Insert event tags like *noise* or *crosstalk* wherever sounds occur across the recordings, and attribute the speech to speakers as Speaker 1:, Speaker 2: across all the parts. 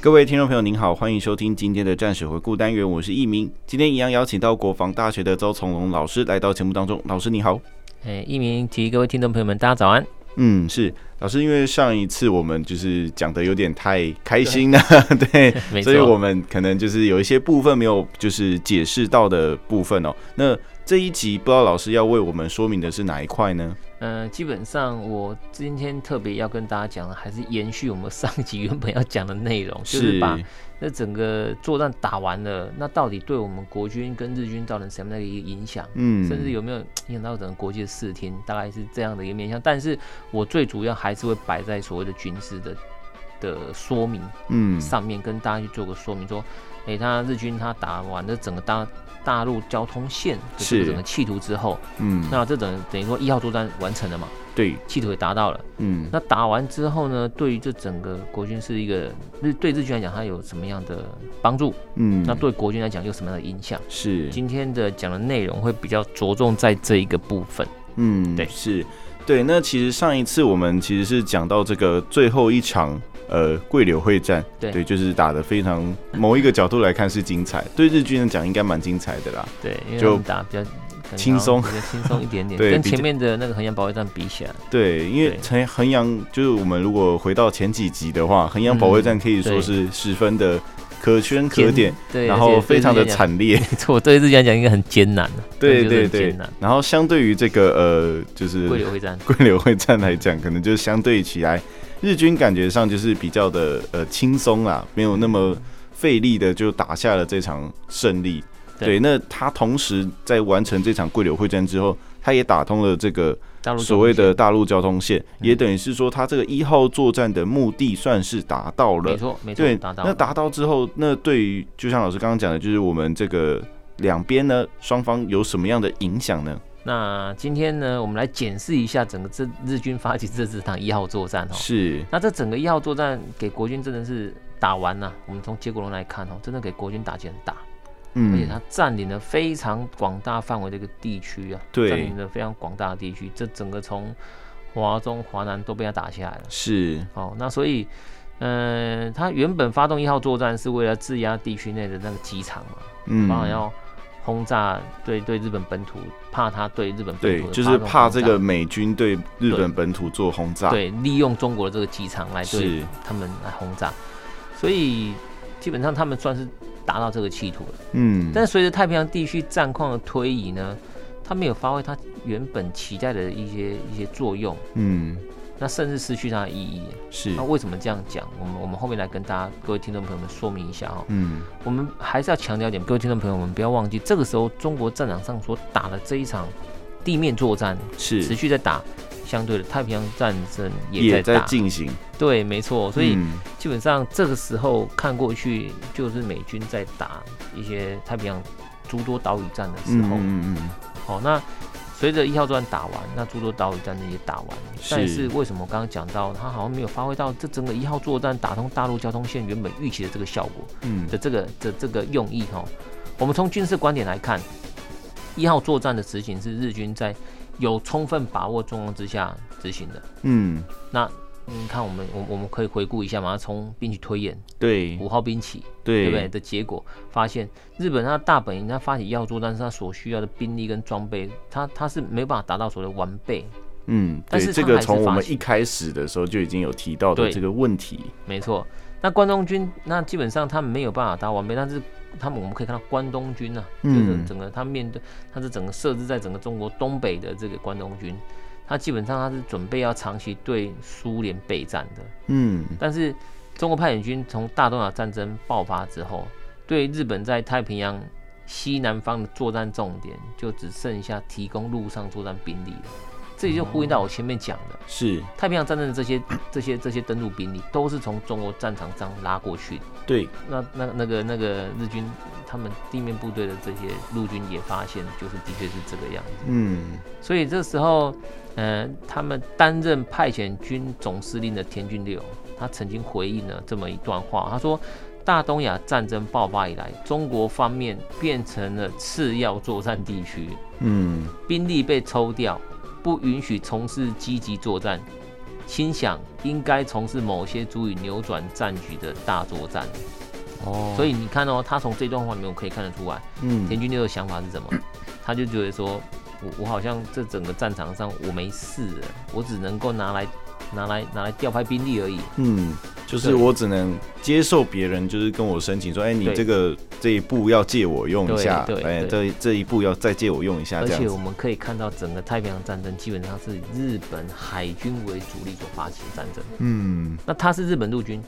Speaker 1: 各位听众朋友，您好，欢迎收听今天的战史回顾单元，我是易明。今天一样邀请到国防大学的邹从龙老师来到节目当中，老师你好。
Speaker 2: 哎，一鸣及各位听众朋友们，大家
Speaker 1: *laughs*
Speaker 2: 早安。
Speaker 1: 嗯，是老师，因为上一次我们就是讲的有点太开心 *laughs* 了，对，
Speaker 2: 没
Speaker 1: 所以
Speaker 2: 错
Speaker 1: 我们可能就是有一些部分没有就是解释到的部分哦。那这一集不知道老师要为我们说明的是哪一块呢？
Speaker 2: 呃，基本上我今天特别要跟大家讲的，还是延续我们上一集原本要讲的内容，就是把那整个作战打完了，那到底对我们国军跟日军造成什么样的一个影响？
Speaker 1: 嗯，
Speaker 2: 甚至有没有影响到整个国际的视听，大概是这样的一个面向。但是我最主要还是会摆在所谓的军事的的说明
Speaker 1: 嗯
Speaker 2: 上面，跟大家去做个说明，说，诶、他日军他打完了整个大大陆交通线的这
Speaker 1: 是
Speaker 2: 个整个企图之后，
Speaker 1: 嗯，
Speaker 2: 那这等等于说一号作战完成了嘛，
Speaker 1: 对，
Speaker 2: 企图也达到了。
Speaker 1: 嗯
Speaker 2: 那打完之后呢，对于这整个国军是一个日对日军来讲，它有什么样的帮助？
Speaker 1: 嗯，
Speaker 2: 那对国军来讲有什么样的影响？
Speaker 1: 是
Speaker 2: 今天的讲的内容会比较着重在这一个部分。
Speaker 1: 嗯，
Speaker 2: 对
Speaker 1: 是，对。那其实上一次我们其实是讲到这个最后一场。呃，桂柳会战，
Speaker 2: 对
Speaker 1: 就是打得非常，某一个角度来看是精彩，对日军来讲应该蛮精彩的啦。
Speaker 2: 对，因为
Speaker 1: 就
Speaker 2: 他们打比较可能
Speaker 1: 轻松
Speaker 2: 比较轻松一点点，
Speaker 1: *laughs* 对
Speaker 2: 跟
Speaker 1: 比较
Speaker 2: 前面的那个衡阳保卫战比起来，
Speaker 1: 对，因为
Speaker 2: 对
Speaker 1: 衡衡阳就是我们如果回到前几集的话，衡阳保卫
Speaker 2: 嗯
Speaker 1: 战可以说是十分的可圈可点，
Speaker 2: 对，
Speaker 1: 然
Speaker 2: 而
Speaker 1: 后
Speaker 2: 且
Speaker 1: 非常的
Speaker 2: 对日军来讲，
Speaker 1: 惨烈。 *laughs*
Speaker 2: 没错，对日军来讲应该很艰难啊。
Speaker 1: 对
Speaker 2: 那就
Speaker 1: *laughs*
Speaker 2: 是
Speaker 1: 对
Speaker 2: 很
Speaker 1: 对
Speaker 2: 艰难。
Speaker 1: 然后相对于这个呃，就是
Speaker 2: 桂柳会战，
Speaker 1: *laughs* 桂柳会战来讲，可能就相对起来，日军感觉上就是比较的呃轻松啦，没有那么费力的就打下了这场胜利。对，
Speaker 2: 对
Speaker 1: 那他同时在完成这场桂柳会战之后，他也打通了这个
Speaker 2: 大陆
Speaker 1: 所谓的大陆交通线，
Speaker 2: 嗯
Speaker 1: 也等于是说他这个一号作战的目的算是达到
Speaker 2: 没
Speaker 1: 了。
Speaker 2: 错没错
Speaker 1: 对，，
Speaker 2: 达到
Speaker 1: 那
Speaker 2: 了
Speaker 1: 达到之后，那对于就像老师刚刚讲的，就是我们这个两边呢，双方有什么样的影响呢？
Speaker 2: 那今天呢，我们来检视一下整个这日军发起这这场一号作战哦。
Speaker 1: 是，
Speaker 2: 那这整个一号作战给国军真的是打完了、我们从结果论来看哦，真的给国军打击很大，而且
Speaker 1: 嗯，
Speaker 2: 它占领了非常广大范围的一个地区啊，
Speaker 1: 对
Speaker 2: 占领了非常广大的地区，这整个从华中、华南都被他打下来了。
Speaker 1: 是，
Speaker 2: 哦，那所以，嗯、他原本发动一号作战是为了制压地区内的那个机场嘛，
Speaker 1: 嗯
Speaker 2: 当然要轰炸对对日本本土，怕他对日本本
Speaker 1: 对
Speaker 2: 土，的
Speaker 1: 就是
Speaker 2: 发
Speaker 1: 怕
Speaker 2: 动轰
Speaker 1: 这
Speaker 2: 炸
Speaker 1: 个美军对日本本土做轰炸。，
Speaker 2: 对利用中国的这个机场来对
Speaker 1: 是，
Speaker 2: 他们来轰炸，所以基本上他们算是达到这个企图了。
Speaker 1: 嗯，
Speaker 2: 但是随着太平洋地区战况的推移呢，他没有发挥他原本期待的一些一些作用，
Speaker 1: 嗯
Speaker 2: 那甚至失去它的意义。
Speaker 1: 是
Speaker 2: 那，为什么这样讲？我们我们后面来跟大家各位听众朋友们说明一下哦。
Speaker 1: 嗯
Speaker 2: 我们还是要强调一点，各位听众朋友们不要忘记，这个时候中国战场上所打的这一场地面作战持
Speaker 1: 是，
Speaker 2: 续在打，相对的太平洋战争也
Speaker 1: 也在
Speaker 2: 在打。
Speaker 1: 进行，
Speaker 2: 对，没错，所以
Speaker 1: 嗯
Speaker 2: 基本上这个时候看过去，就是美军在打一些太平洋诸多岛屿战的时候。
Speaker 1: 嗯嗯嗯
Speaker 2: 好、那随着一号作战打完，那诸多岛屿战争也打完，
Speaker 1: 是
Speaker 2: 但是为什么我刚刚讲到，他好像没有发挥到这整个一号作战打通大陆交通线原本预期的这个效果
Speaker 1: 嗯
Speaker 2: 的这个的这个用意哈、我们从军事观点来看，一号作战的执行是日军在有充分把握状况之下执行的。
Speaker 1: 嗯，
Speaker 2: 你看，我们我我们可以回顾一下嘛，从兵棋推演
Speaker 1: 对
Speaker 2: 五号兵棋，
Speaker 1: 嗯
Speaker 2: 对
Speaker 1: 对
Speaker 2: 不对？的结果发现，日本它大本营它发起要作，但是它所需要的兵力跟装备，它它是没有办法达到所谓的完备。
Speaker 1: 嗯，
Speaker 2: 但
Speaker 1: 对，
Speaker 2: 是
Speaker 1: 这
Speaker 2: 他
Speaker 1: 个
Speaker 2: 还是
Speaker 1: 从我
Speaker 2: 发
Speaker 1: 们
Speaker 2: 现
Speaker 1: 一开始的时候就已经有提到的
Speaker 2: 对
Speaker 1: 这个问题，
Speaker 2: 没错，那关东军那基本上他们没有办法达到完备，但是他们我们可以看到关东军啊，就是
Speaker 1: 嗯
Speaker 2: 整个他面对他是整个设置在整个中国东北的这个关东军，他基本上他是准备要长期对苏联备战的。
Speaker 1: 嗯
Speaker 2: 但是中国派遣军从大东亚战争爆发之后，对日本在太平洋西南方的作战重点就只剩下提供陆上作战兵力了。这里就呼应到我前面讲的，
Speaker 1: 是
Speaker 2: 太平洋战争的这些这些这些登陆兵力都是从中国战场上拉过去的。
Speaker 1: 对，
Speaker 2: 那那那个那个日军他们地面部队的这些陆军也发现，就是的确是这个样子。
Speaker 1: 嗯，
Speaker 2: 所以这时候，呃，他们担任派遣军总司令的田俊六，他曾经回应了这么一段话，他说：“大东亚战争爆发以来，中国方面变成了次要作战地区，
Speaker 1: 嗯，
Speaker 2: 兵力被抽调，不允许从事积极作战。”心想应该从事某些足以扭转战局的大作战，
Speaker 1: 哦
Speaker 2: 所
Speaker 1: 以，
Speaker 2: 以你看哦，他从这段话里面我可以看得出来，
Speaker 1: 嗯，
Speaker 2: 田军六的想法是什么？他就觉得说，我我好像这整个战场上我没事了，我只能够拿来拿来拿来调派兵力而已。
Speaker 1: 嗯，就是
Speaker 2: 对
Speaker 1: 我只能接受别人，就是跟我申请说，哎、你
Speaker 2: 对
Speaker 1: 这个这一步要借我用一下
Speaker 2: 对，对
Speaker 1: 哎、
Speaker 2: 对
Speaker 1: 这这一步要再借我用一下，
Speaker 2: 而
Speaker 1: 啊这样
Speaker 2: 且
Speaker 1: 子
Speaker 2: 我，们可以看到，整个太平洋战争基本上是日本海军为主力所发起的战争。
Speaker 1: 嗯，
Speaker 2: 那他是日本陆军，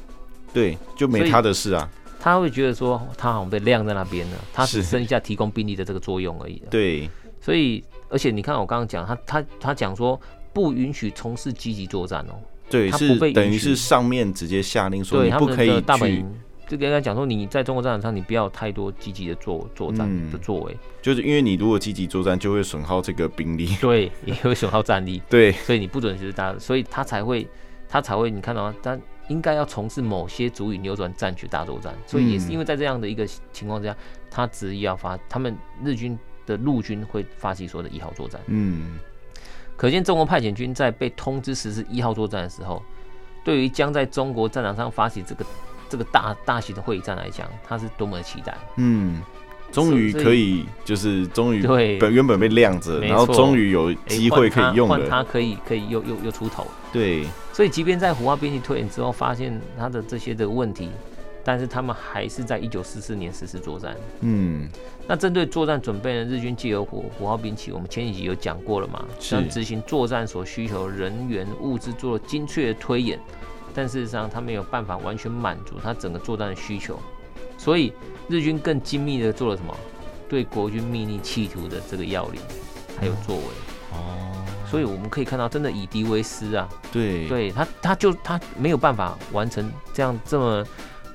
Speaker 1: 对，就没
Speaker 2: 所以
Speaker 1: 他的事啊，
Speaker 2: 他会觉得说他好像被晾在那边了，他只
Speaker 1: 是
Speaker 2: 剩下提供兵力的这个作用而已了。
Speaker 1: 对，
Speaker 2: 所以，而且你看我刚刚讲，他他他讲说不允许从事积极作战哦，
Speaker 1: 对，
Speaker 2: 他
Speaker 1: 是
Speaker 2: 不被允
Speaker 1: 等于
Speaker 2: 许
Speaker 1: 是上面直接下令说
Speaker 2: 对
Speaker 1: 你
Speaker 2: 他
Speaker 1: 不
Speaker 2: 们
Speaker 1: 可以
Speaker 2: 的
Speaker 1: 去，
Speaker 2: 大本营，就跟他讲说你在中国战场上你不要有太多积极的作作战
Speaker 1: 嗯
Speaker 2: 的作为，
Speaker 1: 就是因为你如果积极作战，就会损耗这个兵力。
Speaker 2: 对， *laughs* 也会损耗战力，
Speaker 1: 对，
Speaker 2: 所以你不准是他，所以他才会他才会你看到吗他应该要从事某些足以扭转战局的大作战，所以也是
Speaker 1: 嗯
Speaker 2: 因为在这样的一个情况之下，他执意要发他们日军的陆军会发起所谓的一号作战。
Speaker 1: 嗯，
Speaker 2: 可见中国派遣军在被通知实施一号作战的时候，对于将在中国战场上发起这个这个大大型的会战来讲，他是多么的期待。
Speaker 1: 嗯，终于
Speaker 2: 所以
Speaker 1: 可以，就是终于
Speaker 2: 对，
Speaker 1: 本原本被晾着，
Speaker 2: 没
Speaker 1: 然后
Speaker 2: 错
Speaker 1: 终于有
Speaker 2: 诶
Speaker 1: 机会可以用
Speaker 2: 换他换
Speaker 1: 了。
Speaker 2: 他可以可以又又又出头。
Speaker 1: 对，
Speaker 2: 所以即便在胡化边境退隐之后，发现他的这些的问题，但是他们还是在一九四四年实施作战。
Speaker 1: 嗯，
Speaker 2: 那针对作战准备呢，日军借由火火号兵器，我们前几集有讲过了嘛，
Speaker 1: 是
Speaker 2: 将执行作战所需求的人员物资做了精确的推演，但事实上他没有办法完全满足他整个作战的需求，所以日军更精密的做了什么？对国军秘密企图的这个要领，还有作为。
Speaker 1: 哦，
Speaker 2: 所以我们可以看到，真的以敌为师啊，
Speaker 1: 对，
Speaker 2: 对他，他就他没有办法完成这样这么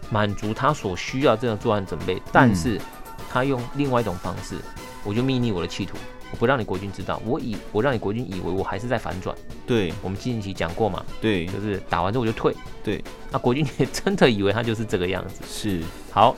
Speaker 2: 满足他所需要这样作案准备，但是他用另外一种方式，我就秘密我的企图，我不让你国军知道，我以我让你国军以为我还是在反转。
Speaker 1: 对，
Speaker 2: 我们近期讲过嘛，
Speaker 1: 对，
Speaker 2: 就是打完之后我就退，
Speaker 1: 对，
Speaker 2: 那国军 *laughs* 也真的以为他就是这个样子。
Speaker 1: 是，
Speaker 2: 好，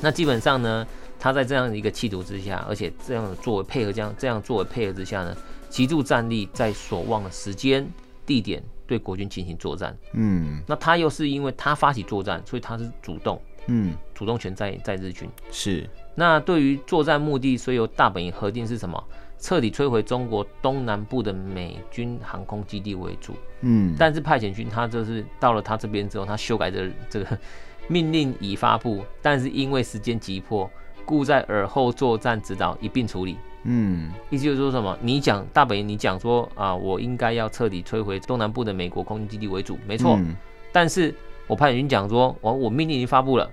Speaker 2: 那基本上呢，他在这样的一个企图之下，而且这样的作为配合，这样这样作为配合之下呢，集中战力在所望的时间、地点对国军进行作战。
Speaker 1: 嗯
Speaker 2: 那他又是因为他发起作战，所以他是主动，
Speaker 1: 嗯，
Speaker 2: 主动权在在日军。
Speaker 1: 是，
Speaker 2: 那对于作战目的，所以由大本营核定是什么？彻底摧毁中国东南部的美军航空基地为主。
Speaker 1: 嗯，
Speaker 2: 但是派遣军他就是到了他这边之后，他修改这个这个命令已发布，但是因为时间急迫，故在耳后作战指导一并处理。
Speaker 1: 嗯
Speaker 2: 意思就是说什么？你讲大本营，你讲说啊，我应该要彻底摧毁东南部的美国空军基地为主，没错。
Speaker 1: 嗯
Speaker 2: 但是我派遣军讲说，我我命令已经发布了，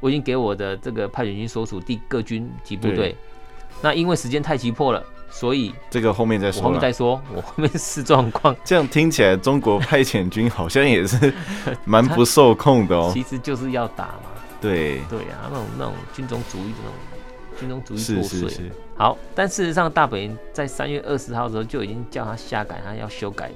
Speaker 2: 我已经给我的这个派遣军所属地各军及部队
Speaker 1: 对。
Speaker 2: 那因为时间太急迫了，所以
Speaker 1: 这个后面再
Speaker 2: 我后
Speaker 1: 说
Speaker 2: 面
Speaker 1: 了。
Speaker 2: 再说，我后面是状况，
Speaker 1: 这样听起来，中国派遣军好像也
Speaker 2: *laughs*
Speaker 1: 是蛮不受控的哦。
Speaker 2: 其实就是要打嘛。
Speaker 1: 对，
Speaker 2: 对啊，那种那种军中主义的那种军中主义
Speaker 1: 是
Speaker 2: 作
Speaker 1: 是
Speaker 2: 祟。
Speaker 1: 是，
Speaker 2: 好，但事实上大本营在三月二十号的时候就已经叫他下改，他要修改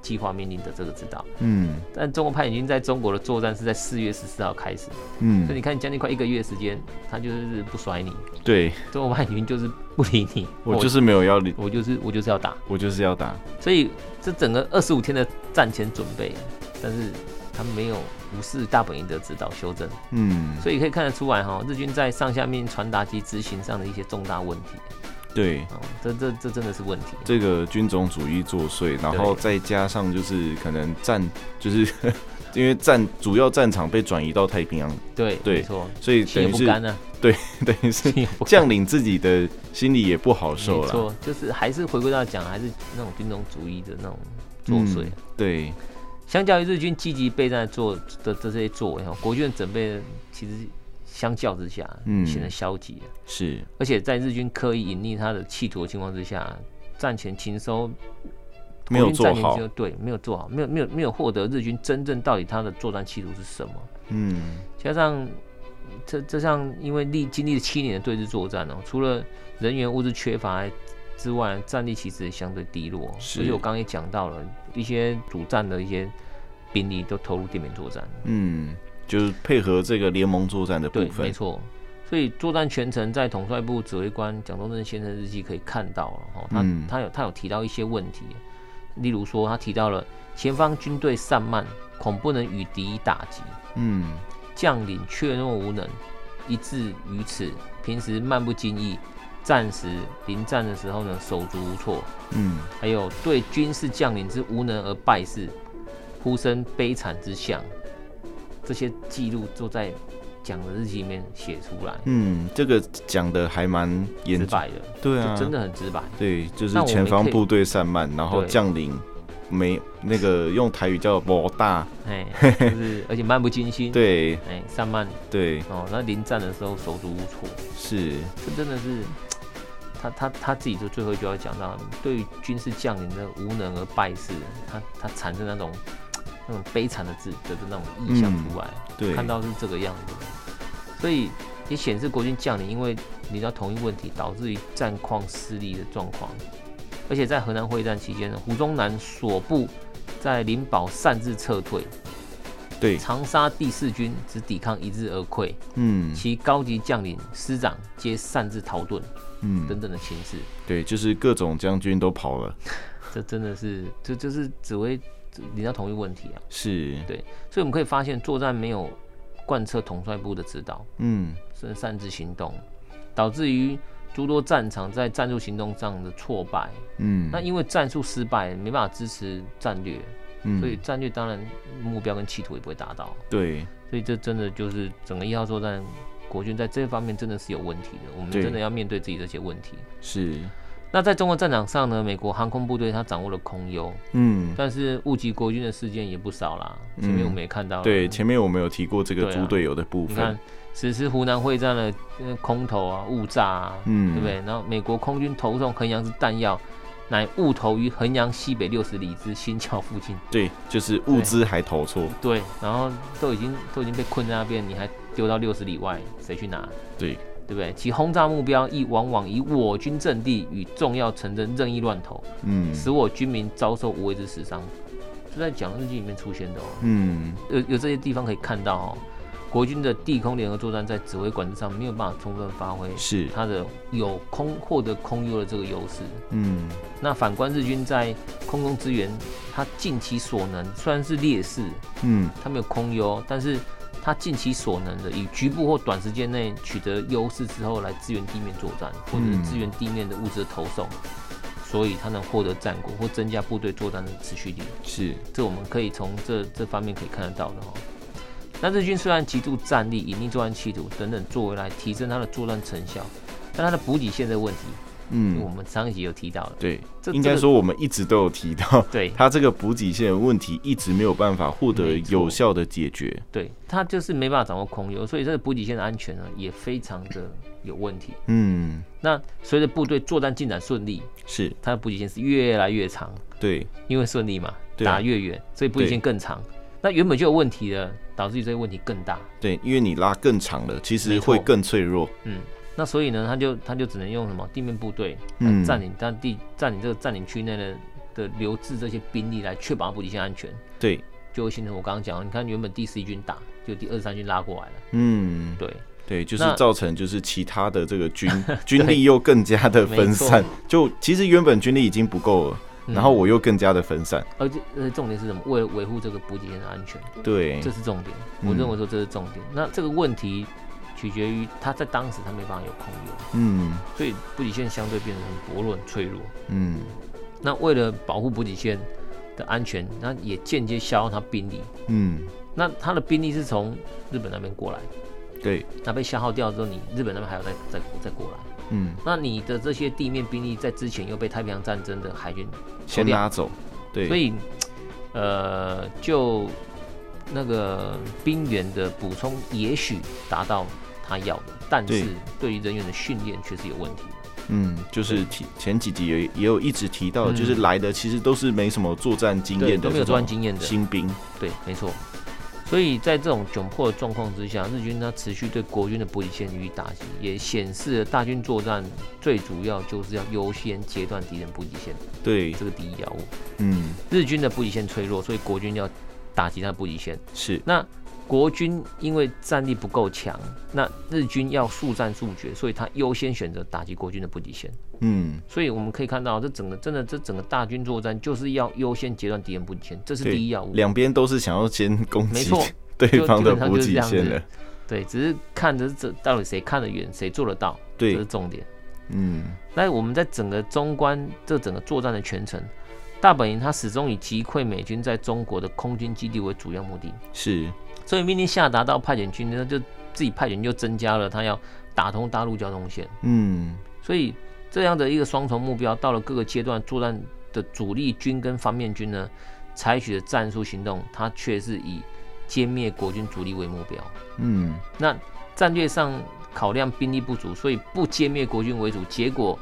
Speaker 2: 计划命令的这个指导。
Speaker 1: 嗯
Speaker 2: 但中国派遣军在中国的作战是在四月十四号开始，所以
Speaker 1: 嗯，
Speaker 2: 你看将近快一个月的时间，他就是不甩你。
Speaker 1: 对
Speaker 2: 中国派遣军就是不理你，
Speaker 1: *laughs* 我就是没有要理，
Speaker 2: 我就是我就是要打，
Speaker 1: 我就是要打。
Speaker 2: 所以这整个二十五天的战前准备，但是他没有无视大本营的指导修正，
Speaker 1: 嗯，
Speaker 2: 所以可以看得出来哈、日军在上下命令传达及执行上的一些重大问题
Speaker 1: 对，
Speaker 2: 哦，这这这真的是问题。啊
Speaker 1: 这个军种主义作祟，然后再加上就是可能战， *laughs* 就是因为战主要战场被转移到太平洋，
Speaker 2: 对
Speaker 1: 对
Speaker 2: 没错，
Speaker 1: 所以
Speaker 2: 心
Speaker 1: 等
Speaker 2: 有
Speaker 1: 于
Speaker 2: 不
Speaker 1: 是
Speaker 2: 甘啊，
Speaker 1: *laughs* 等于是
Speaker 2: 心有
Speaker 1: *laughs*
Speaker 2: 不甘。
Speaker 1: 将领自己的心里也不好受
Speaker 2: 没
Speaker 1: 了。啊
Speaker 2: 错，就是还是回归到讲，还是那种军种主义的那种作祟。
Speaker 1: 嗯对，
Speaker 2: 相较于日军积极备战做的这些作为哈，哦国军的准备其实相较之下，
Speaker 1: 嗯
Speaker 2: 显得消极了。
Speaker 1: 是，
Speaker 2: 而且在日军刻意隐匿他的企图的情况之下，战前勤收
Speaker 1: 没有
Speaker 2: 国军
Speaker 1: 做
Speaker 2: 占领
Speaker 1: 好
Speaker 2: 之后，，对，没有做好，没有没有没有获得日军真正到底他的作战企图是什么。
Speaker 1: 嗯，
Speaker 2: 加上这这上，因为历经历了七年的对日作战哦，除了人员物资缺乏之外，战力其实也相对低落。哦
Speaker 1: 是
Speaker 2: 而且我刚刚也讲到了，一些主战的一些兵力都投入地面作战。
Speaker 1: 嗯，就是配合这个联盟作战的部
Speaker 2: 对，
Speaker 1: 分
Speaker 2: 没，错。所以作战全程在统帅部指挥官蒋中正先生日记可以看到了哦，他、
Speaker 1: 嗯
Speaker 2: 他有他有提到一些问题，例如说他提到了前方军队散漫，恐不能与敌打击，
Speaker 1: 嗯，
Speaker 2: 将领怯懦无能，一致于此。平时漫不经意，战时临战的时候呢，手足无措。
Speaker 1: 嗯，
Speaker 2: 还有对军事将领之无能而败事，呼声悲惨之象，这些记录都在讲的日记里面写出来，
Speaker 1: 嗯，这个讲的还蛮
Speaker 2: 直
Speaker 1: 严重，
Speaker 2: 白的，
Speaker 1: 对啊，
Speaker 2: 就真的
Speaker 1: *laughs*
Speaker 2: 很直白。
Speaker 1: 对，就是
Speaker 2: 那我们
Speaker 1: 前方
Speaker 2: 可以
Speaker 1: 部队散漫，然后
Speaker 2: 对
Speaker 1: 将领没那个用台语叫“博大
Speaker 2: 哎，就是而且漫不经”，心，，
Speaker 1: 对
Speaker 2: 哎，散漫
Speaker 1: 对
Speaker 2: 哦，那临战的时候手足无措，
Speaker 1: 是，
Speaker 2: 这真的是他他他自己就最后一句要讲到，对于军事将领的无能而败事，他他产生那种那种悲惨的自的那种意象出来。
Speaker 1: 嗯对，
Speaker 2: 看到是这个样子，所以也显示国军将领因为你知道同一问题，导致于战况失利的状况。而且在河南会战期间呢，胡宗南所部在灵宝擅自撤退，
Speaker 1: 对，
Speaker 2: 长沙第四军只抵抗一日而溃，
Speaker 1: 嗯
Speaker 2: 其高级将领、师长皆擅自逃遁等
Speaker 1: 嗯，
Speaker 2: 等的情势，
Speaker 1: 对，就是各种将军都跑了，
Speaker 2: 这真的是这就是指挥你知道同一问题啊。
Speaker 1: 是，
Speaker 2: 所以我们可以发现，作战没有贯彻统帅部的指导。
Speaker 1: 嗯
Speaker 2: 甚至擅自行动，导致于诸多战场在战术行动上的挫败。
Speaker 1: 嗯，
Speaker 2: 那因为战术失败，没办法支持战略，
Speaker 1: 嗯
Speaker 2: 所以战略当然目标跟企图也不会达到。
Speaker 1: 对
Speaker 2: 所以这真的就是整个一号作战，国军在这方面真的是有问题的。我们
Speaker 1: 对
Speaker 2: 真的要面对自己这些问题。
Speaker 1: 是，
Speaker 2: 那在中国战场上呢，美国航空部队它掌握了空优，
Speaker 1: 嗯。
Speaker 2: 但是误及国军的事件也不少啦。前面我们也看到了，
Speaker 1: 对，前面我们有提过这个
Speaker 2: 对啊
Speaker 1: 猪队友的部
Speaker 2: 你
Speaker 1: 分
Speaker 2: 看，实施湖南会战的呃空投啊、误炸啊，
Speaker 1: 嗯，
Speaker 2: 对不对？？然后美国空军投送衡阳之弹药，乃误投于衡阳西北六十里之新桥附近。
Speaker 1: 对，就是物资还投错，
Speaker 2: 对，然后都已经都已经被困在那边，你还丢到六十里外，谁去拿？
Speaker 1: 对，
Speaker 2: 对不对？其轰炸目标亦往往以我军阵地与重要城镇任意乱投，
Speaker 1: 嗯
Speaker 2: 使我军民遭受无谓之死伤。就在讲日记里面出现的哦，
Speaker 1: 嗯，
Speaker 2: 有有这些地方可以看到哦，国军的地空联合作战在指挥管制上没有办法充分发挥
Speaker 1: 是，
Speaker 2: 它的有空获得空优的这个优势。
Speaker 1: 嗯
Speaker 2: 那反观日军在空中支援，他尽其所能，虽然是劣势，
Speaker 1: 嗯，
Speaker 2: 他没有空优，但是他尽其所能的，以局部或短时间内取得优势之后，来支援地面作战，或者是
Speaker 1: 嗯
Speaker 2: 支援地面的物资的投送，所以他能获得战果或增加部队作战的持续力。
Speaker 1: 是，
Speaker 2: 这我们可以从这这方面可以看得到的哈。那日军虽然极度战力、隐匿作战企图等等作为来提升他的作战成效，但他的补给线的问题，我
Speaker 1: 嗯，
Speaker 2: 们上一集有提到了。
Speaker 1: 对，
Speaker 2: 这
Speaker 1: 应该
Speaker 2: 这个
Speaker 1: 说我们一直都有提到，
Speaker 2: 对
Speaker 1: *laughs* 他这个补给线的问题一直没有办法获得
Speaker 2: 没错
Speaker 1: 有效的解决。
Speaker 2: 对，他就是没办法掌握空优，所以这个补给线的安全呢也非常的有问题。
Speaker 1: 嗯，
Speaker 2: 那随着部队作战进展顺利，
Speaker 1: 是
Speaker 2: 它的补给线是越来越长，
Speaker 1: 对，
Speaker 2: 因为顺利嘛，
Speaker 1: 对啊
Speaker 2: 打越远，所以补给线更长。那原本就有问题了，导致于这些问题更大。
Speaker 1: 对，因为你拉更长了，其实
Speaker 2: 没错
Speaker 1: 会更脆弱。
Speaker 2: 嗯，那所以呢，他就他就只能用什么地面部队
Speaker 1: 嗯
Speaker 2: 来占领当地占领这个占领区内的的留置这些兵力来确保补给线安全，
Speaker 1: 对，
Speaker 2: 就会形成我刚刚讲的，你看原本第十一军打，就第二十三军拉过来了，
Speaker 1: 嗯，
Speaker 2: 对，
Speaker 1: 对，就是
Speaker 2: 那
Speaker 1: 造成就是其他的这个
Speaker 2: *laughs*
Speaker 1: 军军力又更加的分散。就其实原本军力已经不够了，
Speaker 2: 嗯
Speaker 1: 然后我又更加的分散。
Speaker 2: 而且而且重点是什么？为了维护这个补给线的安全，
Speaker 1: 对
Speaker 2: 这，是重点。
Speaker 1: 嗯
Speaker 2: 我认为说这是重点。那这个问题取决于他在当时他没办法有空优，
Speaker 1: 嗯
Speaker 2: 所以补给线相对变得很薄弱、很脆弱。
Speaker 1: 嗯，
Speaker 2: 那为了保护补给线的安全，那也间接消耗他兵力。
Speaker 1: 嗯，
Speaker 2: 那他的兵力是从日本那边过来，
Speaker 1: 对，
Speaker 2: 那被消耗掉之后，你日本那边还要再再再过来。
Speaker 1: 嗯，
Speaker 2: 那你的这些地面兵力在之前又被太平洋战争的海军，
Speaker 1: 先
Speaker 2: 掉
Speaker 1: 拉走。对，
Speaker 2: 所以呃，就那个兵员的补充也许达到他要的，但
Speaker 1: 对
Speaker 2: 是对于人员的训练确实有问题的。
Speaker 1: 嗯，就是提前几集也也有一直提到，就是来的其实都是没什么作战经
Speaker 2: 对
Speaker 1: 验的
Speaker 2: 都没有
Speaker 1: 这
Speaker 2: 作战
Speaker 1: 种
Speaker 2: 经验的
Speaker 1: 新兵，
Speaker 2: 对，没错。所以在这种窘迫的状况之下，日军它持续对国军的不利线予以打击，也显示了大军作战最主要就是要优先截断敌人补给线，
Speaker 1: 对，
Speaker 2: 这个第一要务。
Speaker 1: 嗯，
Speaker 2: 日军的补给线脆弱，所以国军要打击他的补给线。
Speaker 1: 是，
Speaker 2: 那国军因为战力不够强，那日军要速战速决，所以他优先选择打击国军的补给线。
Speaker 1: 嗯，
Speaker 2: 所以我们可以看到，这整个真的这整个大军作战就是要优先截断敌人补给线，这是
Speaker 1: 对
Speaker 2: 第一要务。
Speaker 1: 两边都是想要先攻
Speaker 2: 没
Speaker 1: 击
Speaker 2: 错
Speaker 1: *laughs* 对
Speaker 2: 就
Speaker 1: 方
Speaker 2: 基
Speaker 1: 的
Speaker 2: 本上
Speaker 1: 补
Speaker 2: 就是
Speaker 1: 给
Speaker 2: 这样
Speaker 1: 线
Speaker 2: 子
Speaker 1: 的，
Speaker 2: 对，只是看着这到底谁看得远，谁做得到，这是
Speaker 1: 对，
Speaker 2: 重点。
Speaker 1: 嗯，
Speaker 2: 那我们在整个中关这整个作战的全程，大本营它始终以击溃美军在中国的空军基地为主要目的，
Speaker 1: 是，
Speaker 2: 所以命令下达到派遣军，那就自己派遣就增加了他要打通大陆交通线，
Speaker 1: 嗯，
Speaker 2: 所以这样的一个双重目标，到了各个阶段作战的主力军跟方面军呢，采取的战术行动，它却是以歼灭国军主力为目标。
Speaker 1: 嗯，
Speaker 2: 那战略上考量兵力不足，所以不歼灭国军为主，结果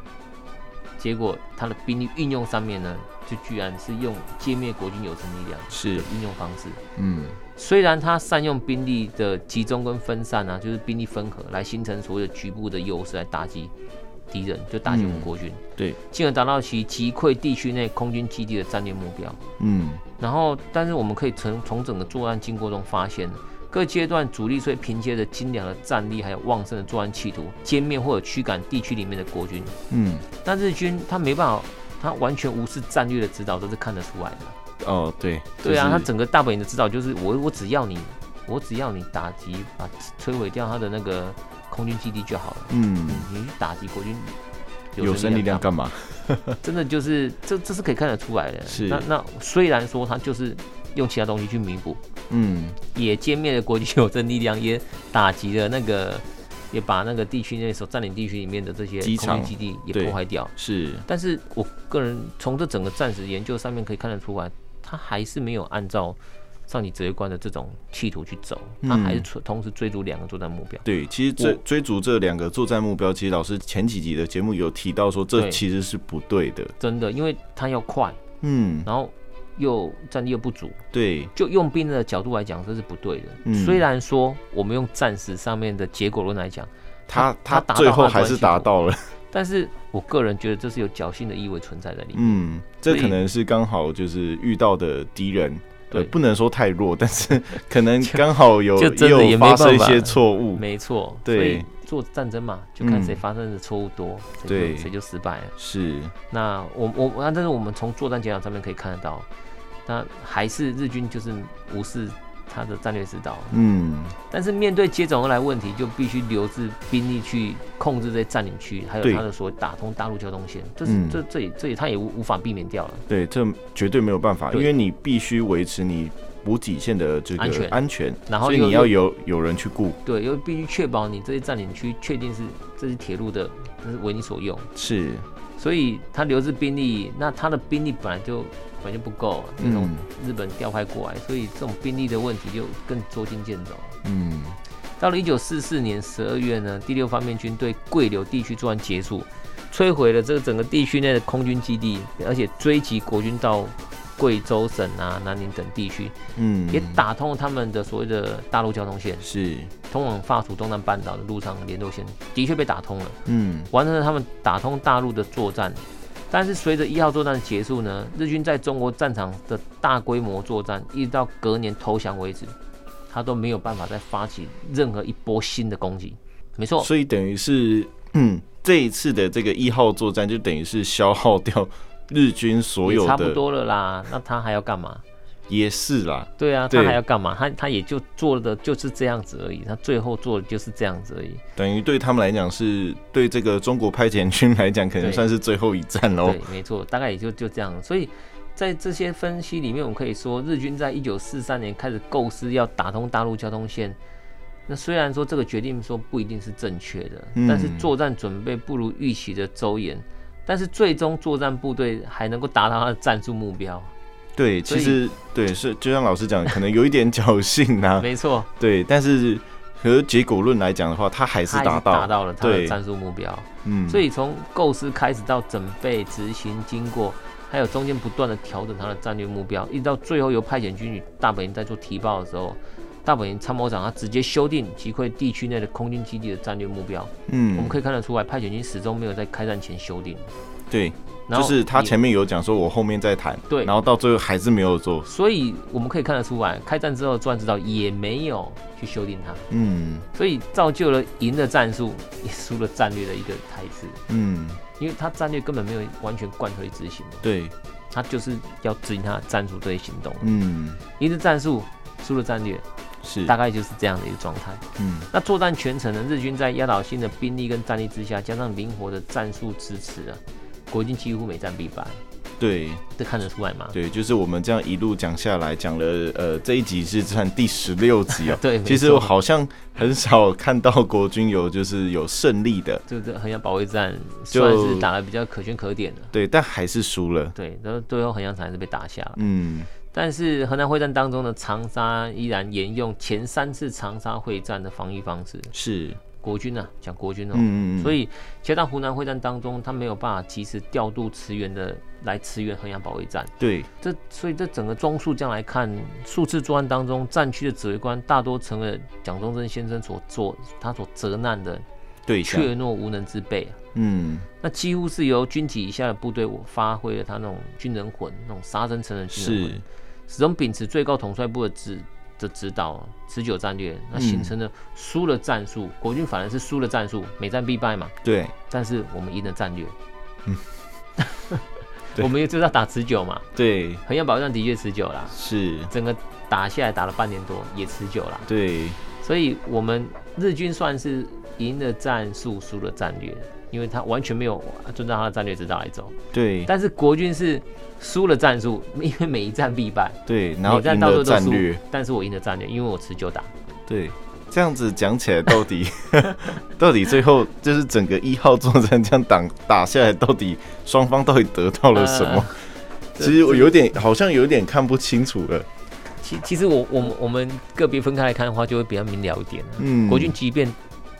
Speaker 2: 结果他的兵力运用上面呢，就居然是用歼灭国军有生力量
Speaker 1: 是
Speaker 2: 的，运用方式。
Speaker 1: 嗯，
Speaker 2: 虽然他善用兵力的集中跟分散啊，就是兵力分合来形成所谓的局部的优势来打击敌人，就打击我们
Speaker 1: 嗯
Speaker 2: 国军，
Speaker 1: 对，
Speaker 2: 进而达到其击溃地区内空军基地的战略目标。
Speaker 1: 嗯，
Speaker 2: 然后，但是我们可以从从整个作案经过中发现，各阶段主力虽凭借着精良的战力，还有旺盛的作案企图，歼灭或者驱赶地区里面的国军。
Speaker 1: 嗯，
Speaker 2: 但日军他没办法，他完全无视战略的指导，这是看得出来的。
Speaker 1: 哦，对，
Speaker 2: 对啊，
Speaker 1: 就
Speaker 2: 他
Speaker 1: 是
Speaker 2: 整个大本营的指导就是我我只要你，我只要你打击把摧毁掉他的那个空军基地就好了。
Speaker 1: 嗯，
Speaker 2: 你去打击国军
Speaker 1: 有生力量
Speaker 2: 干嘛
Speaker 1: 干嘛？
Speaker 2: 真的就是这这是可以看得出来的。
Speaker 1: 是
Speaker 2: 那那虽然说他就是用其他东西去弥补。
Speaker 1: 嗯，
Speaker 2: 也歼灭了国际有争力量，也打击了那个， *laughs* 也把那个地区内所占领地区里面的这些
Speaker 1: 机场
Speaker 2: 空军基地也
Speaker 1: 对
Speaker 2: 破坏掉。
Speaker 1: 是，
Speaker 2: 但是我个人从这整个战史研究上面可以看得出来，他还是没有按照上级指挥官的这种企图去走，
Speaker 1: 嗯
Speaker 2: 他还是同同时追逐两个作战目标。
Speaker 1: 对，其实追
Speaker 2: 我
Speaker 1: 追逐这两个作战目标，其实老师前几集的节目有提到说，这
Speaker 2: 对
Speaker 1: 其实是不对的。
Speaker 2: 真的，因为他要快，
Speaker 1: 嗯，
Speaker 2: 然后又战力又不足，
Speaker 1: 对，
Speaker 2: 就用兵的角度来讲，这是不对的。
Speaker 1: 嗯
Speaker 2: 虽然说我们用战史上面的结果论来讲，
Speaker 1: 他
Speaker 2: 他
Speaker 1: 他
Speaker 2: 达到
Speaker 1: 最后
Speaker 2: 他的
Speaker 1: 还是
Speaker 2: 关系
Speaker 1: 达
Speaker 2: 图
Speaker 1: 到了。
Speaker 2: 但是我个人觉得这是有侥幸的意味存在在里面。
Speaker 1: 嗯，这
Speaker 2: 所以
Speaker 1: 可能是刚好就是遇到的敌人。呃
Speaker 2: 对
Speaker 1: 不能说太弱，但是 *laughs* 可能刚好有
Speaker 2: 就真的
Speaker 1: 也
Speaker 2: 也
Speaker 1: 有
Speaker 2: 没办
Speaker 1: 发
Speaker 2: 法
Speaker 1: 生一些错误。
Speaker 2: 没错，
Speaker 1: 嗯对
Speaker 2: 所以做战争嘛，就看谁
Speaker 1: 嗯
Speaker 2: 发生的错误多，谁、
Speaker 1: 对
Speaker 2: 就谁就失败了。
Speaker 1: 是，
Speaker 2: 那我我那但是我们从作战结果上面可以看得到，那还是日军就是无视他的战略指导，
Speaker 1: 嗯，
Speaker 2: 但是面对接踵而来问题，就必须留置兵力去控制这些占领区，还有
Speaker 1: 对
Speaker 2: 他的所谓打通大陆交通线，这是、
Speaker 1: 嗯
Speaker 2: 这这也这也他也无无法避免掉了。
Speaker 1: 对，这绝对没有办法，因
Speaker 2: 对
Speaker 1: 为你必须维持你补给线的这个
Speaker 2: 安全
Speaker 1: 安全
Speaker 2: 然后
Speaker 1: 所以
Speaker 2: 又
Speaker 1: 你要有有人去顾。
Speaker 2: 对，又必须确保你这些占领区确定是这是铁路的，这是为你所用。
Speaker 1: 是，
Speaker 2: 所以他留置兵力，那他的兵力本来就本来就不够，就从
Speaker 1: 嗯
Speaker 2: 日本调派过来，所以这种兵力的问题就更捉襟见肘。
Speaker 1: 嗯，
Speaker 2: 到了一九四四年十二月呢，第六方面军对桂柳地区作战结束，摧毁了这个整个地区内的空军基地，而且追击国军到贵州省啊、南宁等地区，
Speaker 1: 嗯，
Speaker 2: 也打通了他们的所谓的大陆交通线，
Speaker 1: 是，
Speaker 2: 通往法属东南半岛的陆上联络线的确被打通了。
Speaker 1: 嗯，
Speaker 2: 完成了他们打通大陆的作战。但是随着一号作战的结束呢，日军在中国战场的大规模作战，一直到隔年投降为止，他都没有办法再发起任何一波新的攻击。没错，
Speaker 1: 所以等于是，嗯，这一次的这个一号作战就等于是消耗掉日军所
Speaker 2: 也
Speaker 1: 有
Speaker 2: 差不
Speaker 1: 的，
Speaker 2: 多了啦。那他还要干嘛？
Speaker 1: 也是啦，
Speaker 2: 对啊，
Speaker 1: 对
Speaker 2: 他还要干嘛？他他也就做的就是这样子而已，他最后做的就是这样子而已。
Speaker 1: 等于对他们来讲是对这个中国派遣军来讲，可能
Speaker 2: 对
Speaker 1: 算是最后一战喽
Speaker 2: 对。，没错，大概也就就这样。所以在这些分析里面，我们可以说，日军在一九四三年开始构思要打通大陆交通线。那虽然说这个决定说不一定是正确的，
Speaker 1: 嗯
Speaker 2: 但是作战准备不如预期的周延，但是最终作战部队还能够达到他的战术目标。
Speaker 1: 对，
Speaker 2: 所
Speaker 1: 其
Speaker 2: 以 *laughs*
Speaker 1: 实对是就像老师讲的，可能有一点侥幸啊，
Speaker 2: 没错，
Speaker 1: 对，但是可是结果论来讲的话，他还是
Speaker 2: 他已
Speaker 1: 达
Speaker 2: 经
Speaker 1: 到，
Speaker 2: 达到了他的
Speaker 1: 对
Speaker 2: 战术目标。
Speaker 1: 嗯，
Speaker 2: 所以从构思开始到准备、执行、经过，还有中间不断的调整他的战略目标，一直到最后由派遣军与大本营在做提报的时候，大本营参谋长他直接修订击溃地区内的空军基地的战略目标。
Speaker 1: 嗯，
Speaker 2: 我们可以看得出来，派遣军始终没有在开战前修订。
Speaker 1: 对，
Speaker 2: 然
Speaker 1: 就
Speaker 2: 后
Speaker 1: 是他
Speaker 2: 也
Speaker 1: 前面有讲说，我后面再谈，
Speaker 2: 对
Speaker 1: 然后到最后还是没有做，
Speaker 2: 所以我们可以看得出来，开战之后，作案指导也没有 E 去修订它，
Speaker 1: 嗯
Speaker 2: 所以造就了赢的战术，也输了战略的一个态势，
Speaker 1: 嗯，
Speaker 2: 因为他战略根本没有完全贯彻去执行嘛，
Speaker 1: 对，
Speaker 2: 他就是要执行他的战术这些行动，
Speaker 1: 嗯
Speaker 2: 赢的战术，输了战略，
Speaker 1: 是，
Speaker 2: 大概就是这样的一个状态。
Speaker 1: 嗯
Speaker 2: 那作战全程呢，日军在压倒性的兵力跟战力之下，加上灵活的战术支持啊，国军几乎每战必败，
Speaker 1: 对
Speaker 2: 这看得出来吗？。
Speaker 1: 对，就是我们这样一路讲下来，讲了呃这一集是算第十六集哦
Speaker 2: *laughs* 对，
Speaker 1: 其实
Speaker 2: 没
Speaker 1: 我
Speaker 2: 错
Speaker 1: 好像很少看到国军有就是有胜利的，
Speaker 2: 就是衡阳保卫战
Speaker 1: 就
Speaker 2: 算是打得比较可圈可点的，
Speaker 1: 对，但还是输了。
Speaker 2: 对，然后最后衡阳城还是被打下了。
Speaker 1: 嗯，
Speaker 2: 但是河南会战当中的长沙依然沿用前三次长沙会战的防御方式，
Speaker 1: 是，
Speaker 2: 国军啊，讲国军哦、
Speaker 1: 嗯嗯嗯，
Speaker 2: 所
Speaker 1: 以
Speaker 2: 以，其实到湖南会战当中，他没有办法及时调度驰援的来驰援衡阳保卫战。
Speaker 1: 对，
Speaker 2: 这所以这整个综述这样来看，数次作案当中，战区的指挥官大多成了蒋中正先生所做他所责难的
Speaker 1: 对象，
Speaker 2: 怯懦无能之辈啊。
Speaker 1: 嗯，
Speaker 2: 那几乎是由军级以下的部队，我发挥了他那种军人魂，那种杀身成仁的军人魂
Speaker 1: 是，，
Speaker 2: 始终秉持最高统帅部的指的指导，持久战略，那形成了输了战术，国军反而是输了战术，每战必败嘛。
Speaker 1: 对，
Speaker 2: 但是我们赢了战略，
Speaker 1: 嗯对
Speaker 2: *laughs* 我们也就是要打持久嘛，
Speaker 1: 对，
Speaker 2: 衡阳保卫战的确持久啦，
Speaker 1: 是，
Speaker 2: 整个打下来打了半年多也持久啦，
Speaker 1: 对，
Speaker 2: 所以我们日军算是赢了战术，输了战略。因为他完全没有遵照他的战略指导来走，
Speaker 1: 对，
Speaker 2: 但是国军是输了战术， *laughs* 因为每一战必败，
Speaker 1: 对，然后
Speaker 2: 每战
Speaker 1: 赢
Speaker 2: 到最后
Speaker 1: 了
Speaker 2: 都
Speaker 1: 战
Speaker 2: 输
Speaker 1: 略，，
Speaker 2: 但是我赢了战略，因为我持久打。
Speaker 1: 对，这样子讲起来，到底 *laughs* 到底最后就是整个一号作战这样打打下来，到底双方到底得到了什么？
Speaker 2: 呃这
Speaker 1: 其实我有点好像有点看不清楚了。
Speaker 2: 其其实我我们我们个别分开来看的话，就会比较明了一点、啊。
Speaker 1: 嗯，
Speaker 2: 国军，即便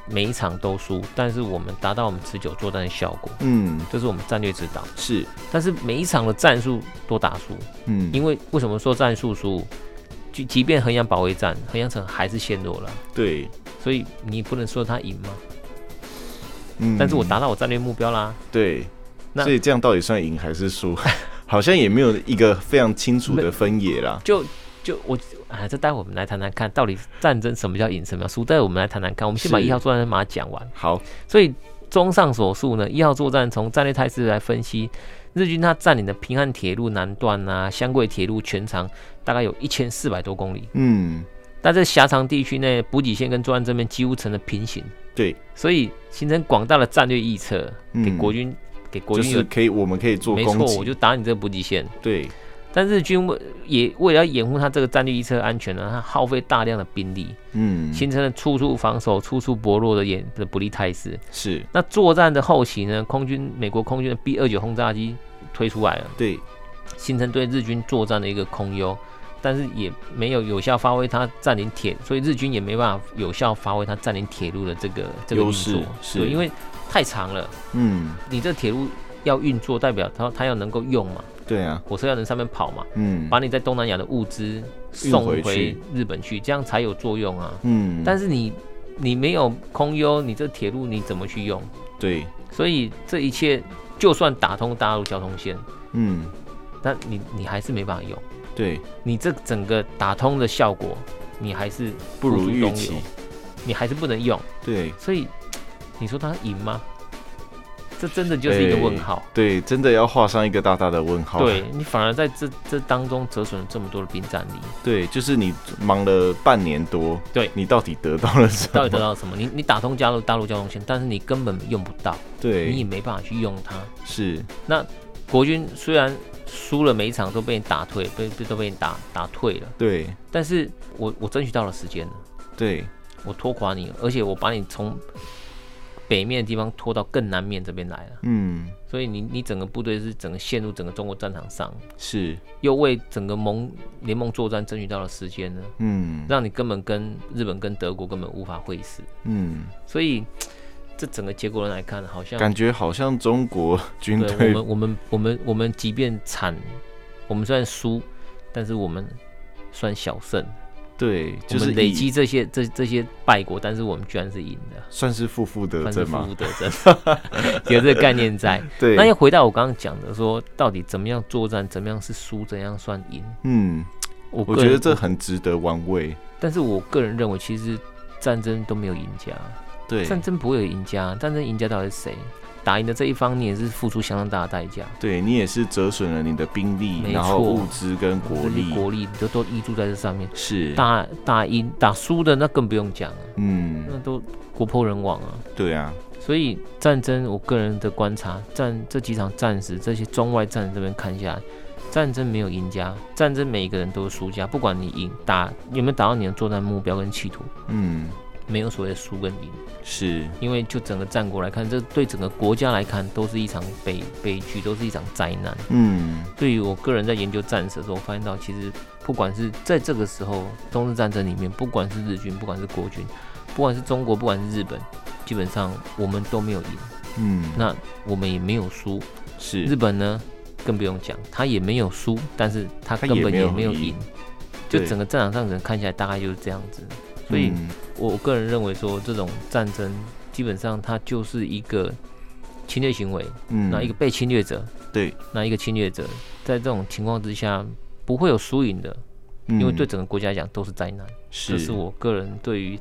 Speaker 2: 每一场都输，但是我们达到我们持久作战的效果，
Speaker 1: 嗯，
Speaker 2: 这是我们战略指导。
Speaker 1: 是，
Speaker 2: 但是每一场的战术都打输，
Speaker 1: 嗯，
Speaker 2: 因为为什么说战术输？就即便衡阳保卫战，衡阳城还是陷落了，
Speaker 1: 对，
Speaker 2: 所以你不能说他赢嘛。
Speaker 1: 嗯，
Speaker 2: 但是我达到我战略目标啦，
Speaker 1: 对，
Speaker 2: 那
Speaker 1: 所以这样到底算赢还是输？ *laughs* 好像也没有一个非常清楚的分野啦。
Speaker 2: 就就我啊，这待会我们来谈谈看，到底战争什么叫赢，什么叫输？待会我们来谈谈看，我们先把
Speaker 1: 是
Speaker 2: 一号作战把它讲完。
Speaker 1: 好，
Speaker 2: 所以综上所述呢，一号作战从战略态势来分析，日军它占领的平汉铁路南段啊、湘桂铁路全长大概有一千四百多公里，
Speaker 1: 嗯，
Speaker 2: 但这狭长地区内补给线跟作案这边几乎成了平行，
Speaker 1: 对，
Speaker 2: 所以形成广大的战略臆测，给
Speaker 1: 嗯
Speaker 2: 国军、给国
Speaker 1: 就
Speaker 2: 军有、
Speaker 1: 是可以，我们可以做
Speaker 2: 没
Speaker 1: 攻
Speaker 2: 错，
Speaker 1: 击，
Speaker 2: 我就打你这个补给线。
Speaker 1: 对，
Speaker 2: 但日军为也为了要掩护他这个战略预测安全呢，他耗费大量的兵力，
Speaker 1: 嗯，
Speaker 2: 形成了处处防守、处处薄弱的演的不利态势。
Speaker 1: 是，
Speaker 2: 那作战的后期呢，空军美国空军的 B 二九轰炸机推出来了，
Speaker 1: 对，
Speaker 2: 形成对日军作战的一个空优，但是也没有有效发挥它占领铁，所以日军也没办法有效发挥它占领铁路的这个这个运
Speaker 1: 优势
Speaker 2: 作，
Speaker 1: 是
Speaker 2: 对，因为太长了，
Speaker 1: 嗯，
Speaker 2: 你这铁路要运作，代表它它要能够用嘛，
Speaker 1: 对啊，
Speaker 2: 火车要能上面跑嘛，
Speaker 1: 嗯，
Speaker 2: 把你在东南亚的物资
Speaker 1: 运
Speaker 2: 送
Speaker 1: 回
Speaker 2: 回
Speaker 1: 去
Speaker 2: 日本去，这样才有作用啊。
Speaker 1: 嗯，
Speaker 2: 但是你你没有空优，你这铁路你怎么去用？
Speaker 1: 对，
Speaker 2: 所以这一切就算打通大陆交通线，
Speaker 1: 嗯，
Speaker 2: 但你你还是没办法用，
Speaker 1: 对，
Speaker 2: 你这整个打通的效果，你还是
Speaker 1: 不如
Speaker 2: 付诸
Speaker 1: 预
Speaker 2: 东
Speaker 1: 期
Speaker 2: 流，你还是不能用，
Speaker 1: 对
Speaker 2: 所以你说他赢吗？这真的就是一个问号。
Speaker 1: 对，真的要画上一个大大的问号。
Speaker 2: 对你反而在这这当中折损了这么多的兵战力，
Speaker 1: 对，就是你忙了半年多，
Speaker 2: 对
Speaker 1: 你到底得到了什么？
Speaker 2: 到底得到什么？ *laughs* 你你打通加入大陆交通线，但是你根本用不到，你也
Speaker 1: 对，
Speaker 2: 没办法去用它。
Speaker 1: 是，
Speaker 2: 国军虽然输了每一场都被你打退，被被都被你打打退了，
Speaker 1: 对，
Speaker 2: 但是我我争取到了时间了，
Speaker 1: 对，
Speaker 2: 我拖垮你，而且我把你从北面的地方拖到更南面这边来了。
Speaker 1: 嗯，
Speaker 2: 所以你你整个部队是整个陷入整个中国战场上，
Speaker 1: 是，
Speaker 2: 又为整个盟联盟作战争取到了时间呢，
Speaker 1: 嗯
Speaker 2: 让你根本跟日本跟德国根本无法会师。
Speaker 1: 嗯，
Speaker 2: 所以这整个结果来看，好像
Speaker 1: 感觉好像中国军
Speaker 2: 对
Speaker 1: 队
Speaker 2: 我们我们我们我们即便惨，我们虽然输，但是我们算小胜，
Speaker 1: 对，就
Speaker 2: 我
Speaker 1: 是
Speaker 2: 们累
Speaker 1: 以
Speaker 2: 积这些这这些败国，但是我们居然是赢的。
Speaker 1: 算是负负得
Speaker 2: 算是
Speaker 1: 正
Speaker 2: 负
Speaker 1: 嘛
Speaker 2: 负，得正，有这个概念在。
Speaker 1: 对，
Speaker 2: 那又回到我刚刚讲的说，到底怎么样作战，怎么样是输，怎样算赢？
Speaker 1: 嗯，
Speaker 2: 我
Speaker 1: 我
Speaker 2: 个
Speaker 1: 觉
Speaker 2: 人
Speaker 1: 得这，很值得玩味，
Speaker 2: 但是我个人认为，其实战争都没有赢家，
Speaker 1: 对
Speaker 2: 战争不会有赢家，战争赢家到底是谁？打赢的这一方，你也是付出相当大的代价，
Speaker 1: 对你也是折损了你的兵力，
Speaker 2: 没
Speaker 1: 然后
Speaker 2: 错
Speaker 1: 物资跟国
Speaker 2: 这些
Speaker 1: 力，
Speaker 2: 国力都都依注在这上面。
Speaker 1: 是，
Speaker 2: 打打赢打输的那更不用讲了，那
Speaker 1: 嗯，
Speaker 2: 都国破人亡啊。
Speaker 1: 对啊，
Speaker 2: 所以战争，我个人的观察，战这几场战时，这些中外战这边看下来，战争没有赢家，战争每一个人都是输家，不管你赢打有没有达到你的作战目标跟企图，
Speaker 1: 嗯，
Speaker 2: 没有所谓的输跟赢，
Speaker 1: 是，
Speaker 2: 因为就整个战国来看，这对整个国家来看都是一场悲悲剧，都是一场灾难。
Speaker 1: 嗯，
Speaker 2: 对于我个人在研究战史的时候，我发现到其实不管是在这个时候中日战争里面，不管是日军，不管是国军，不管是中国，不管是日本，基本上我们都没有赢。
Speaker 1: 嗯，
Speaker 2: 那我们也没有输，日
Speaker 1: 是，
Speaker 2: 本呢更不用讲，他也没有输，但是他
Speaker 1: 他
Speaker 2: 根
Speaker 1: 也
Speaker 2: 本
Speaker 1: 没
Speaker 2: 也
Speaker 1: 有
Speaker 2: 没有
Speaker 1: 赢
Speaker 2: 赢，就
Speaker 1: 对
Speaker 2: 整个战场上可能看起来大概就是这样子。所以
Speaker 1: 嗯
Speaker 2: 我我个人认为说，这种战争基本上它就是一个侵略行为，
Speaker 1: 嗯，
Speaker 2: 那一个被侵略者，
Speaker 1: 对，
Speaker 2: 那一个侵略者，在这种情况之下不会有输赢的，
Speaker 1: 嗯，
Speaker 2: 因为对整个国家来讲都是灾难。这
Speaker 1: 是
Speaker 2: 是我个人对于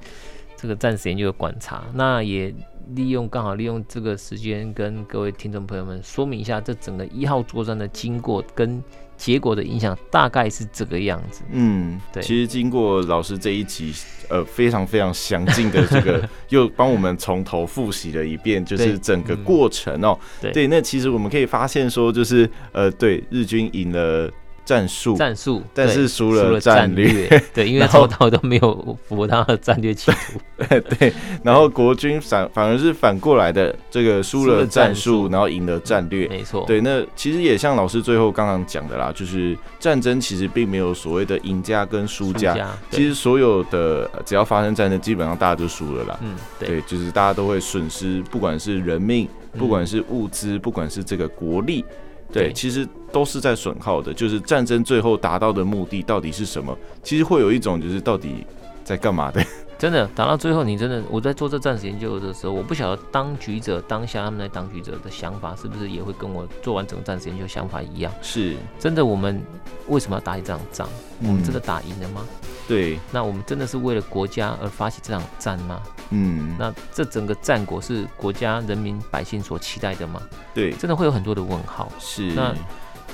Speaker 2: 这个暂时研究的观察。那也利用刚好利用这个时间跟各位听众朋友们说明一下，这整个一号作战的经过跟结果的影响大概是这个样子。
Speaker 1: 嗯，
Speaker 2: 对
Speaker 1: 其实经过老师这一集，呃，非常非常详尽的这
Speaker 2: *laughs*
Speaker 1: 个，又帮我们从头复习了一遍，就是
Speaker 2: 对
Speaker 1: 整个
Speaker 2: 嗯
Speaker 1: 过程哦、
Speaker 2: 对
Speaker 1: 对，那其实我们可以发现说，就是呃，对，日军赢了战术，
Speaker 2: 战术，
Speaker 1: 但是
Speaker 2: 对
Speaker 1: 输
Speaker 2: 输
Speaker 1: 了
Speaker 2: 了
Speaker 1: 战
Speaker 2: 战
Speaker 1: 略，
Speaker 2: 略，对，因为
Speaker 1: *laughs* 然后
Speaker 2: 头头都没有符合他的战略企图，
Speaker 1: 对，然后国军反反而是反过来的，这个输
Speaker 2: 输
Speaker 1: 了
Speaker 2: 了
Speaker 1: 战
Speaker 2: 战
Speaker 1: 术，
Speaker 2: 术
Speaker 1: 然后赢了战略。
Speaker 2: 没错，
Speaker 1: 对，那其实也像老师最后刚刚讲的啦，就是战争其实并没有所谓的赢家跟输
Speaker 2: 输
Speaker 1: 家，
Speaker 2: 家，对
Speaker 1: 其实所有的呃只要发生战争，基本上大家就输了啦。
Speaker 2: 嗯，对，
Speaker 1: 对，就是大家都会损失，不管是人命，
Speaker 2: 嗯
Speaker 1: 不管是物资，不管是这个国力，对，
Speaker 2: 对
Speaker 1: 其实都是在损耗的。就是战争最后达到的目的到底是什么？其实会有一种就是到底在干嘛的？
Speaker 2: 真的打到最后，你真的，我在做这战时研究的时候，我不晓得当局者当下他们在当局者的想法是不是也会跟我做完整个战时研究想法一样。
Speaker 1: *laughs* 是，
Speaker 2: 真的，我们为什么要打一场仗？我
Speaker 1: 嗯
Speaker 2: 们真的打赢了吗？
Speaker 1: 对，
Speaker 2: 那我们真的是为了国家而发起这场战吗？
Speaker 1: 嗯，
Speaker 2: 那这整个战果是国家人民百姓所期待的吗？
Speaker 1: 对，
Speaker 2: 真的会有很多的问号。
Speaker 1: 是，
Speaker 2: 那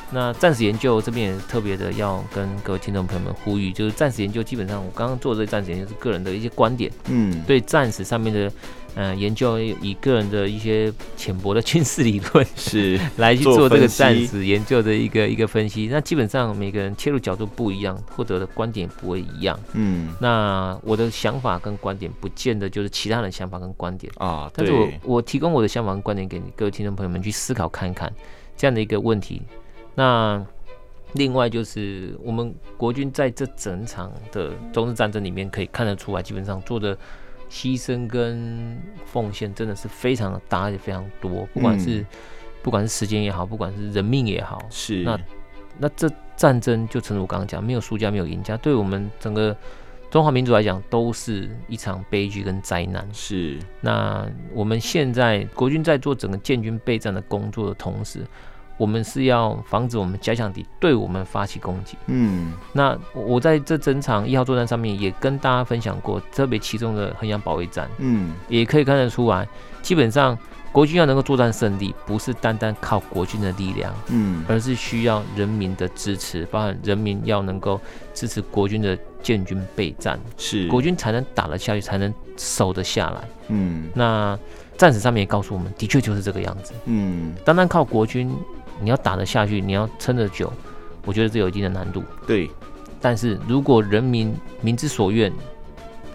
Speaker 2: 那战时研究这边也特别的要跟各位听众朋友们呼吁，就是战时研究基本上我刚刚做的这战时研究是个人的一些观点，
Speaker 1: 嗯，
Speaker 2: 对战时上面的。嗯，研究以个人的一些浅薄的军事理论
Speaker 1: 是，
Speaker 2: 来去
Speaker 1: 做
Speaker 2: 做这
Speaker 1: 分
Speaker 2: 个
Speaker 1: 析
Speaker 2: 战史研究的一个一个分析。那基本上每个人切入角度不一样，获得的观点不会一样。
Speaker 1: 嗯，
Speaker 2: 那我的想法跟观点，不见得就是其他人的想法跟观点。
Speaker 1: 啊，
Speaker 2: 但是我
Speaker 1: 对，
Speaker 2: 我提供我的想法跟观点给你各位听众朋友们去思考看看这样的一个问题。那另外就是我们国军在这整场的中日战争里面可以看得出来，基本上做的牺牲跟奉献真的是非常的大，而且非常多，不管是、不管是时间也好，不管是人命也好，
Speaker 1: 是，
Speaker 2: 那那这战争就正如我刚刚讲，没有输家，没有赢家，对我们整个中华民族来讲，都是一场悲剧跟灾难。
Speaker 1: 是，
Speaker 2: 那我们现在国军在做整个建军备战的工作的同时，我们是要防止我们假想敌对我们发起攻击。
Speaker 1: 嗯，
Speaker 2: 那我在这整场一号作战上面也跟大家分享过，特别其中的衡阳保卫战，
Speaker 1: 嗯，
Speaker 2: 也可以看得出来，基本上国军要能够作战胜利，不是单单靠国军的力量，
Speaker 1: 嗯，
Speaker 2: 而是需要人民的支持，包含人民要能够支持国军的建军备战，
Speaker 1: 是，
Speaker 2: 国军才能打得下去，才能守得下来。
Speaker 1: 嗯，
Speaker 2: 那战史上面也告诉我们，的确就是这个样子。
Speaker 1: 嗯，
Speaker 2: 单单靠国军，你要打得下去，你要撑得久，我觉得这有一定的难度。
Speaker 1: 对，
Speaker 2: 但是如果人民民之所愿，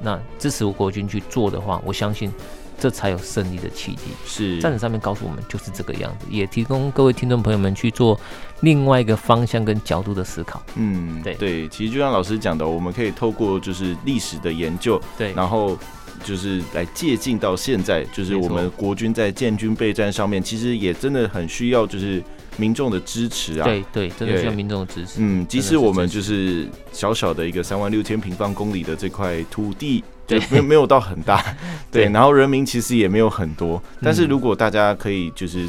Speaker 2: 那支持国军去做的话，我相信这才有胜利的契机。
Speaker 1: 是
Speaker 2: 战史上面告诉我们就是这个样子，也提供各位听众朋友们去做另外一个方向跟角度的思考。
Speaker 1: 嗯，
Speaker 2: 对
Speaker 1: 对，其实就像老师讲的，我们可以透过就是历史的研究，
Speaker 2: 对，
Speaker 1: 然后就是来借鉴到现在，就是
Speaker 2: 没
Speaker 1: 我
Speaker 2: 错
Speaker 1: 们国军在建军备战上面，其实也真的很需要就是民众的支持啊。，
Speaker 2: 对对，真的需要
Speaker 1: 对
Speaker 2: 民众的支持。
Speaker 1: 嗯，即
Speaker 2: 真的
Speaker 1: 使
Speaker 2: 是
Speaker 1: 我们
Speaker 2: 支持
Speaker 1: 就是小小的一个三万六千平方公里的这块土地，
Speaker 2: 对
Speaker 1: 就没有没有到很
Speaker 2: *laughs*
Speaker 1: 大，对，
Speaker 2: 对嗯
Speaker 1: 然后人民其实也没有很多，但是如果大家可以就是。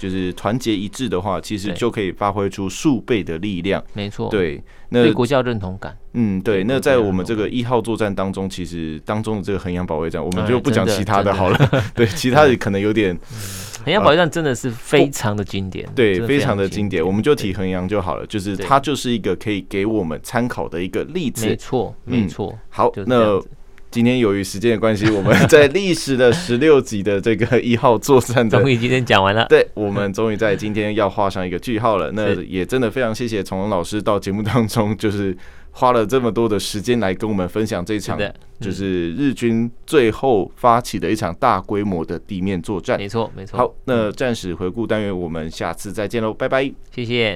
Speaker 1: 就是团结一致的话，其实
Speaker 2: 对
Speaker 1: 就可以发挥出数倍的力量。
Speaker 2: 没错，，
Speaker 1: 对，那
Speaker 2: 对国家有认同感。
Speaker 1: 嗯，对，
Speaker 2: 对啊
Speaker 1: 那
Speaker 2: 国
Speaker 1: 在
Speaker 2: 家
Speaker 1: 我
Speaker 2: 有
Speaker 1: 们这
Speaker 2: 那
Speaker 1: 个一号作战当中，其实当中的这个衡阳保卫战，我们
Speaker 2: 哎
Speaker 1: 就不
Speaker 2: 真
Speaker 1: 讲
Speaker 2: 的
Speaker 1: 其他的
Speaker 2: 真的
Speaker 1: 好了。
Speaker 2: *laughs*
Speaker 1: 对，其他的可能有点
Speaker 2: 衡阳保卫战真的是非常的经典，
Speaker 1: 呃对
Speaker 2: 真，的
Speaker 1: 非常的经典。我们就提
Speaker 2: 对
Speaker 1: 衡阳就好了，就是
Speaker 2: 对
Speaker 1: 它就是一个可以给我们参考的一个例
Speaker 2: 没
Speaker 1: 子。
Speaker 2: 错，
Speaker 1: 嗯
Speaker 2: 没错，
Speaker 1: 好
Speaker 2: 就是，这
Speaker 1: 那
Speaker 2: 样子。
Speaker 1: 今天由于时间的关系，我们在历史的十六集的这个一号作战的
Speaker 2: 终于今天讲完了，
Speaker 1: 对，我们终于在今天要画上一个句号了。那
Speaker 2: 是
Speaker 1: 也真的非常谢谢从容老师到节目当中，就是花了这么多的时间来跟我们分享这
Speaker 2: 是
Speaker 1: 场，
Speaker 2: 的，嗯
Speaker 1: 就是日军最后发起的一场大规模的地面作战。
Speaker 2: 没错，没错。
Speaker 1: 好，那战史回顾单元，我们下次再见喽，拜拜。
Speaker 2: 谢谢。